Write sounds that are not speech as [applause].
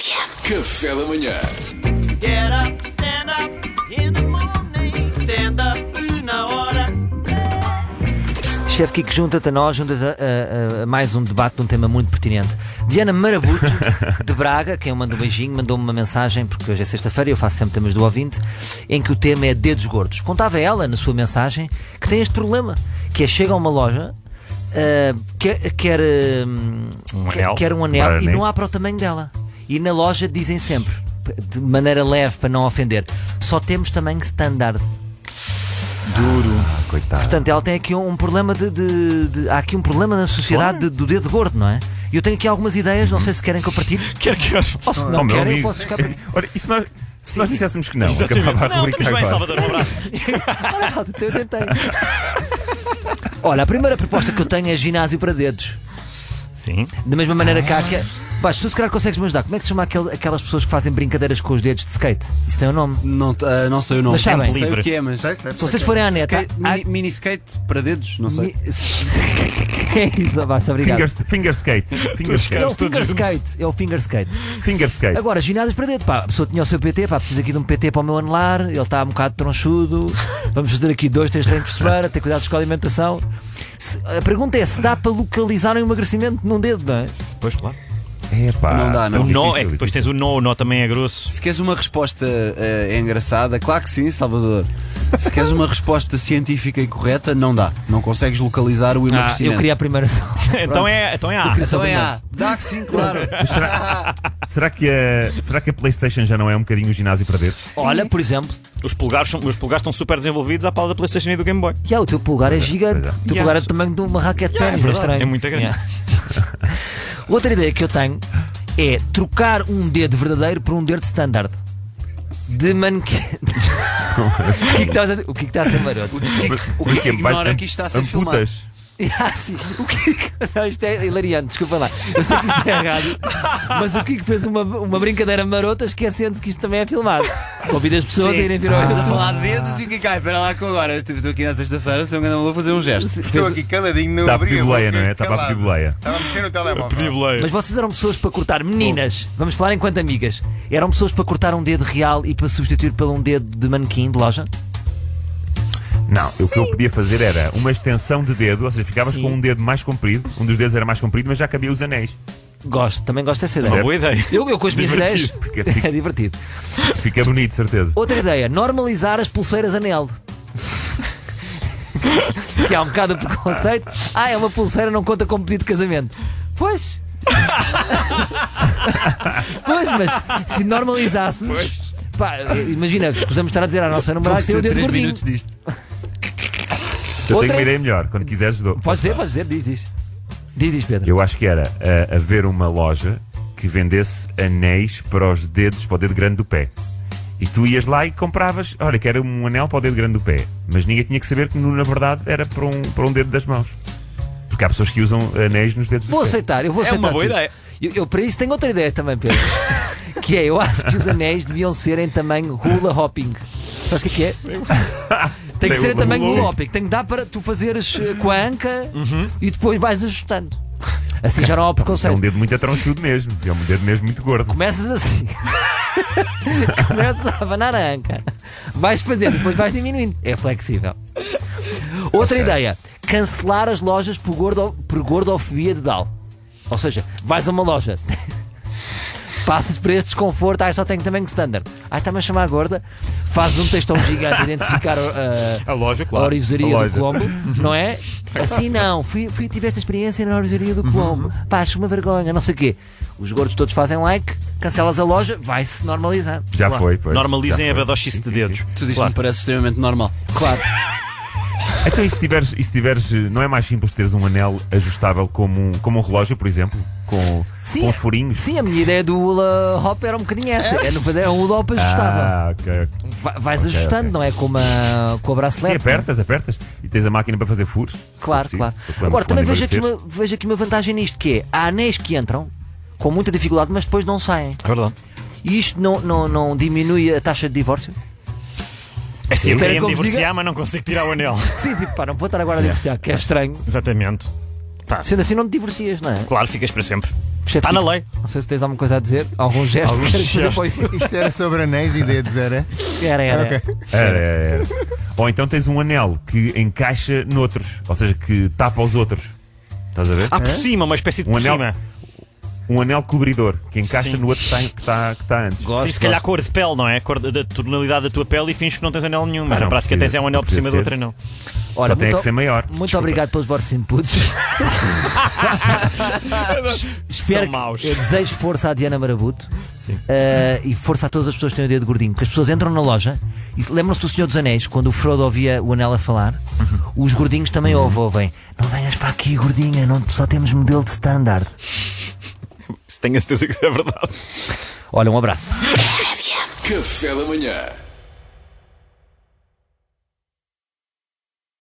Café da manhã. Get up, stand up in the morning. Stand up na hora. Chefe Kiko, junta-te a nós, junta-te a, a- a mais um debate de um tema muito pertinente. Diana Marabuto, de Braga, quem eu mando um beijinho, mandou-me uma mensagem, porque hoje é sexta-feira e eu faço sempre temas do ouvinte, em que o tema é dedos gordos. Contava ela, na sua mensagem, que tem este problema, que é chega a uma loja, ah, quer, quer, hum, Um quer- anel, quer um um anel e anel. não há para o tamanho dela. E na loja dizem sempre, de maneira leve, para não ofender, só temos tamanho standard. Coitado. Portanto, ela tem aqui um, um problema de, de- de- Há aqui um problema na sociedade de- do dedo gordo, não é? E eu tenho aqui algumas ideias, não sei se querem que eu partilhe. [laughs] Quero que eu. Ou se não meu querem, amigo. eu posso ficar por- Olha, e se nós, se nós disséssemos que não, acabava a Não, rubrica estamos bem, agora. Salvador. Um abraço. [laughs] Olha, Valdo, então eu tentei. Olha, a primeira proposta que eu tenho é ginásio para dedos. Sim. Da mesma maneira que há. Que... Baixo, tu se calhar consegues me ajudar. Como é que se chama aquele- aquelas pessoas que fazem brincadeiras com os dedos de skate? Isso tem um nome. Não, t- ah, não sei o nome. Mas sabem. sei Livre. o que é, mas. Se vocês forem à net, Skate- há- mini, mini skate para dedos, não sei. Mi- [laughs] é isso, basta, obrigado. Finger, finger skate. Finger é o skate. finger skate. É o finger skate. Finger skate. Agora, ginásios para dentro, pá, a pessoa tinha o seu PT, pá, precisa aqui de um PT para o meu anelar, ele está um bocado tronchudo, vamos fazer aqui dois, três treinos por semana, ter cuidado com a alimentação. Se- a pergunta é se dá para localizar um emagrecimento num dedo, não é? Pois, claro. É pá. Não dá, não. tão O Nó, difícil, é que depois difícil. tens o nó, o nó também é grosso. Se queres uma resposta ah, engraçada, claro que sim, Salvador. Se queres uma resposta científica e correta, não dá. Não consegues localizar o Ah, emagrecimento. eu queria a primeira só. Então é, então é A. Então é A. Dá que [laughs] sim, claro. Será que, a, será que a PlayStation já não é um bocadinho o ginásio para dedos? Olha, por exemplo, Os polegares, são- os polegares estão super desenvolvidos à pala da PlayStation e do Game Boy. já, o teu pulgar é gigante, pois é. o teu Yeah. pulgar é do tamanho de uma raquete de Yeah, é ténis, é verdade, estranho. é muito grande. [laughs] Outra ideia que eu tenho é trocar um dedo verdadeiro por um dedo standard. De manequim. [laughs] o que é que estás a- o que é que está a ser maroto? O Mas que vais- ignora que isto está a ser filmado. é amputas? [laughs] Ah, sim. O Kiko. Não, isto é hilariante, desculpa lá. Eu sei que isto é errado, mas o Kiko fez uma, uma brincadeira marota esquecendo-se que isto também é filmado. Convida as pessoas a irem vir ao Estamos Ah. a falar de dedos e o que cai? Espera lá que eu agora estive- estou aqui na sexta-feira, se eu não vou fazer um gesto. Estou aqui caladinho no Está a abrigo, pediboleia, não é? aqui Está para a calado. pediboleia. Estava a mexer no telemóvel. Mas vocês eram pessoas para cortar, meninas, vamos falar enquanto amigas, eram pessoas para cortar um dedo real e para substituir por um dedo de manequim de loja? Não, o que eu podia fazer era uma extensão de dedo, ou seja, ficavas Sim. com um dedo mais comprido, um dos dedos era mais comprido, mas já cabia os anéis. Gosto, também gosto dessa Uma ideia. boa ideia. Eu, eu com as minhas ideias. Porque [laughs] É fica, divertido. fica bonito, certeza. Outra ideia, normalizar as pulseiras anel. que há um bocado de preconceito. Ah, é uma pulseira, não conta como pedido de casamento. Pois. pois, mas se normalizássemos. Pá, imagina, escusamos estar a dizer à nossa namorada que tem o dedo três gordinho. minutos disto. Eu tenho Outra- uma ideia melhor, quando quiseres dou. Podes dizer, podes dizer, diz, diz. Diz, diz, Pedro. Eu acho que era ah, haver uma loja que vendesse anéis para os dedos, para o dedo grande do pé. E tu ias lá e compravas, olha, que era um anel para o dedo grande do pé. Mas ninguém tinha que saber que, no- na verdade, era para um, para um dedo das mãos. Porque há pessoas que usam anéis nos dedos Vou dos pés. aceitar, eu vou É aceitar. uma boa tudo. ideia. Eu, eu para isso tenho outra ideia também, [laughs] Pedro. que é, eu acho que os anéis deviam ser em tamanho hula hopping. Sabes o que é que é? [laughs] Tem que Tem ser em hula tamanho hoop. hula hopping. Uhum. Tem que dar para tu fazeres eh, com a anca e depois vais ajustando. Assim já não há É um preconceito. dedo muito atronchudo mesmo. É um dedo mesmo muito gordo. Começas assim. Começas a abanar a anca. Vais fazendo, depois vais diminuindo. É flexível. Outra ideia: cancelar as lojas por, gordo, por gordofobia de Dal. Ou seja, vais a uma loja. Passas por este desconforto, ai só tenho tamanho standard. Ai, está-me a chamar a gorda. Fazes um textão gigante a identificar ah, A loja, a orivesaria A do loja. Colombo, não [laughs] é? Assim não, fui, fui, tive esta experiência na orivesaria do Colombo. Uhum. Pá, acho uma vergonha, não sei o quê. Os gordos todos fazem like, cancelas a loja, vai-se normalizando. Já foi, pois. Normalizem Já a foi. badochice de dedos. Tu dizes me parece extremamente normal. Claro. Então, e se tiveres, e se tiveres, eh, não é mais simples teres um anel ajustável como um, como um relógio, por exemplo? Com, com os furinhos? Sim, a minha ideia do Hula Hop era um bocadinho essa. Era, no- era um Hula Hop ajustável. É? Ah, ok. Vai- vais ok, é ajustando, ok. não é? Com, uma, com a E bracelete. apertas, apertas. E tens a máquina para fazer furos. se for Claro, preciso, claro. para quando- Agora, também quando vejo aqui, emagrecer. uma, vejo aqui uma vantagem nisto, que é há anéis que entram com muita dificuldade, mas depois não saem. É verdade. E isto não, não, não diminui a taxa de divórcio? É assim, eu Espera queria que eu me vos diga. divorciar, mas não consigo tirar o anel. [laughs] Sim, tipo, pá, não vou estar agora a divorciar, que é estranho. Exatamente. Sendo assim, não te divorcias, não é? Claro, ficas para sempre. Chefe, Está Tá na lei. Não sei se tens alguma coisa a dizer, algum gesto Algum que queres fazer gesto. para Isto era sobre anéis e dedos, era? o- Era, era. Ok. Era, era, era. É, Ou então tens um anel que encaixa noutros, ou seja, que tapa os outros. Estás a ver? Ah, por cima, uma espécie de Um por anel. cima. Um anel cobridor que encaixa Sim. no outro que está que tá, que tá antes. Gosto, Sim, se calhar a gosto. cor de pele, não é? A cor da- da tonalidade da tua pele e finges que não tens anel nenhum. Mas Ah, na não prática precisa. tens um anel Não por cima do precisa outro ser. anel. Só Ora, tem é muito, que ser maior. muito Desculpa. obrigado pelos vossos inputs. Espero [laughs] São maus. que, eu desejo força à Diana Marabuto Sim. eh, e força a todas as pessoas que têm o dedo gordinho, porque as pessoas entram na loja e se- lembram-se do Senhor dos Anéis, quando o Frodo ouvia o anel a falar, Uhum. os gordinhos também ouvem, ouvem. Não venhas para aqui, gordinha, não, só temos modelo de standard. Se tenho a certeza que isso é verdade. Olha, um abraço. Café da manhã.